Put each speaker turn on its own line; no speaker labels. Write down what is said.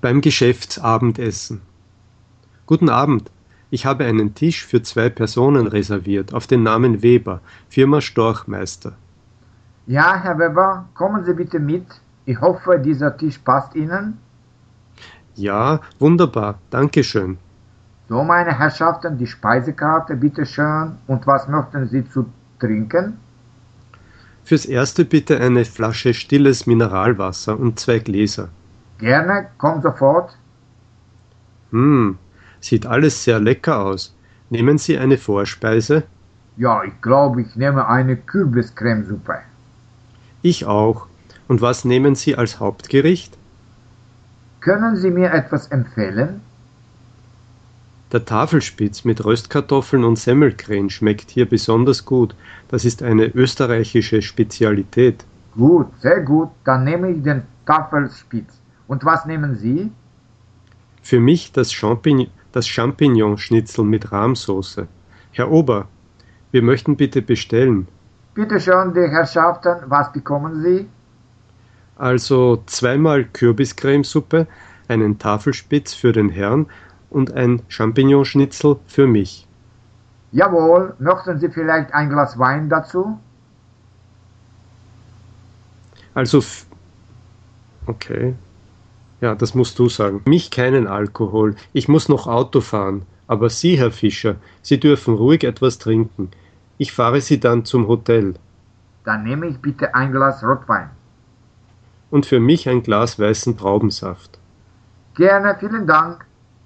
beim Geschäftsabendessen. Guten Abend. Ich habe einen Tisch für zwei Personen reserviert auf den Namen Weber, Firma Storchmeister.
Ja, Herr Weber, kommen Sie bitte mit. Ich hoffe, dieser Tisch passt Ihnen.
Ja, wunderbar. Dankeschön.
So, meine Herrschaften, die Speisekarte, bitte schön. Und was möchten Sie zu trinken?
Fürs Erste bitte eine Flasche stilles Mineralwasser und zwei Gläser.
Gerne, komm sofort.
Hm, sieht alles sehr lecker aus. Nehmen Sie eine Vorspeise?
Ja, ich glaube, ich nehme eine Kürbiscremesuppe.
Ich auch. Und was nehmen Sie als Hauptgericht?
Können Sie mir etwas empfehlen?
Der Tafelspitz mit Röstkartoffeln und Semmelkren schmeckt hier besonders gut. Das ist eine österreichische Spezialität.
Gut, sehr gut. Dann nehme ich den Tafelspitz. Und was nehmen Sie?
Für mich das, Champign das Champignon-Schnitzel mit Rahmsoße. Herr Ober, wir möchten bitte bestellen.
Bitte schön, die Herrschaften, was bekommen Sie?
Also zweimal Kürbiscremesuppe, einen Tafelspitz für den Herrn und ein Champignonschnitzel für mich.
Jawohl, möchten Sie vielleicht ein Glas Wein dazu?
Also, f- okay. Ja, das musst du sagen. Mich keinen Alkohol. Ich muss noch Auto fahren. Aber Sie, Herr Fischer, Sie dürfen ruhig etwas trinken. Ich fahre Sie dann zum Hotel.
Dann nehme ich bitte ein Glas Rotwein.
Und für mich ein Glas weißen Traubensaft.
Gerne, vielen Dank.